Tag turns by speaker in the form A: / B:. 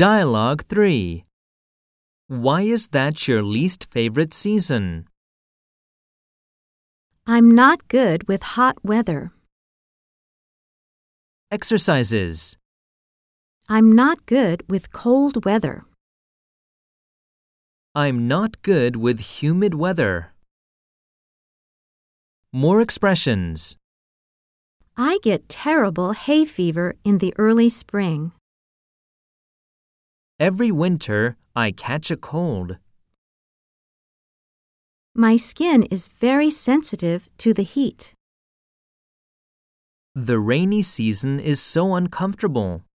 A: Dialogue 3 Why is that your least favorite season?
B: I'm not good with hot weather.
A: Exercises.
B: I'm not good with cold weather.
A: I'm not good with humid weather. More expressions.
B: I get terrible hay fever in the early spring.
A: Every winter, I catch a cold.
B: My skin is very sensitive to the heat.
A: The rainy season is so uncomfortable.